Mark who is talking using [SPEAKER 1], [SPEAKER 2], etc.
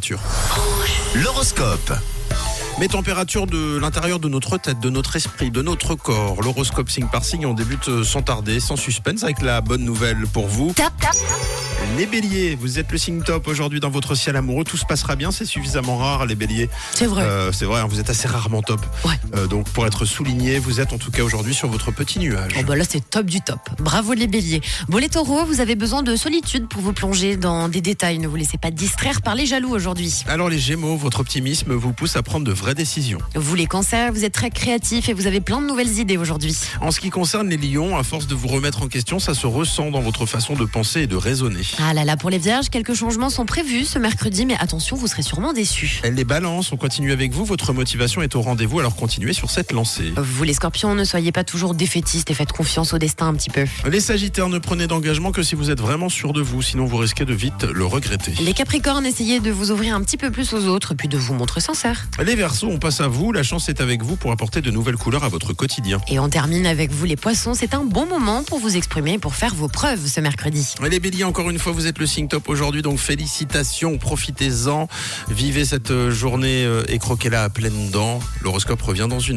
[SPEAKER 1] températures. L'horoscope. Mes températures de l'intérieur de notre tête, de notre esprit, de notre corps. L'horoscope signe par signe, on débute sans tarder, sans suspense, avec la bonne nouvelle pour vous.
[SPEAKER 2] Tap, tap.
[SPEAKER 1] Les béliers, vous êtes le signe top aujourd'hui dans votre ciel amoureux. Tout se passera bien, c'est suffisamment rare, les béliers.
[SPEAKER 2] C'est vrai.
[SPEAKER 1] Euh, c'est vrai, hein, vous êtes assez rarement top.
[SPEAKER 2] Ouais.
[SPEAKER 1] Euh, donc pour être souligné, vous êtes en tout cas aujourd'hui sur votre petit nuage.
[SPEAKER 2] Bon, bah là, c'est top du top. Bravo les béliers. Bon, les taureaux, vous avez besoin de solitude pour vous plonger dans des détails. Ne vous laissez pas distraire par les jaloux aujourd'hui.
[SPEAKER 1] Alors les gémeaux, votre optimisme vous pousse à prendre de vraies décisions.
[SPEAKER 2] Vous, les cancers, vous êtes très créatifs et vous avez plein de nouvelles idées aujourd'hui.
[SPEAKER 1] En ce qui concerne les lions, à force de vous remettre en question, ça se ressent dans votre façon de penser et de raisonner.
[SPEAKER 2] Ah là là, pour les vierges, quelques changements sont prévus ce mercredi, mais attention, vous serez sûrement déçus.
[SPEAKER 1] Les balances, on continue avec vous, votre motivation est au rendez-vous, alors continuez sur cette lancée.
[SPEAKER 2] Vous, les scorpions, ne soyez pas toujours défaitistes et faites confiance au destin un petit peu.
[SPEAKER 1] Les sagittaires, ne prenez d'engagement que si vous êtes vraiment sûr de vous, sinon vous risquez de vite le regretter.
[SPEAKER 2] Les capricornes, essayez de vous ouvrir un petit peu plus aux autres, puis de vous montrer sincère.
[SPEAKER 1] Les versos, on passe à vous, la chance est avec vous pour apporter de nouvelles couleurs à votre quotidien.
[SPEAKER 2] Et on termine avec vous les poissons, c'est un bon moment pour vous exprimer et pour faire vos preuves ce mercredi.
[SPEAKER 1] Les béliers, encore une fois, vous êtes le signe top aujourd'hui, donc félicitations, profitez-en, vivez cette journée euh, et croquez-la à pleines dents. L'horoscope revient dans une heure.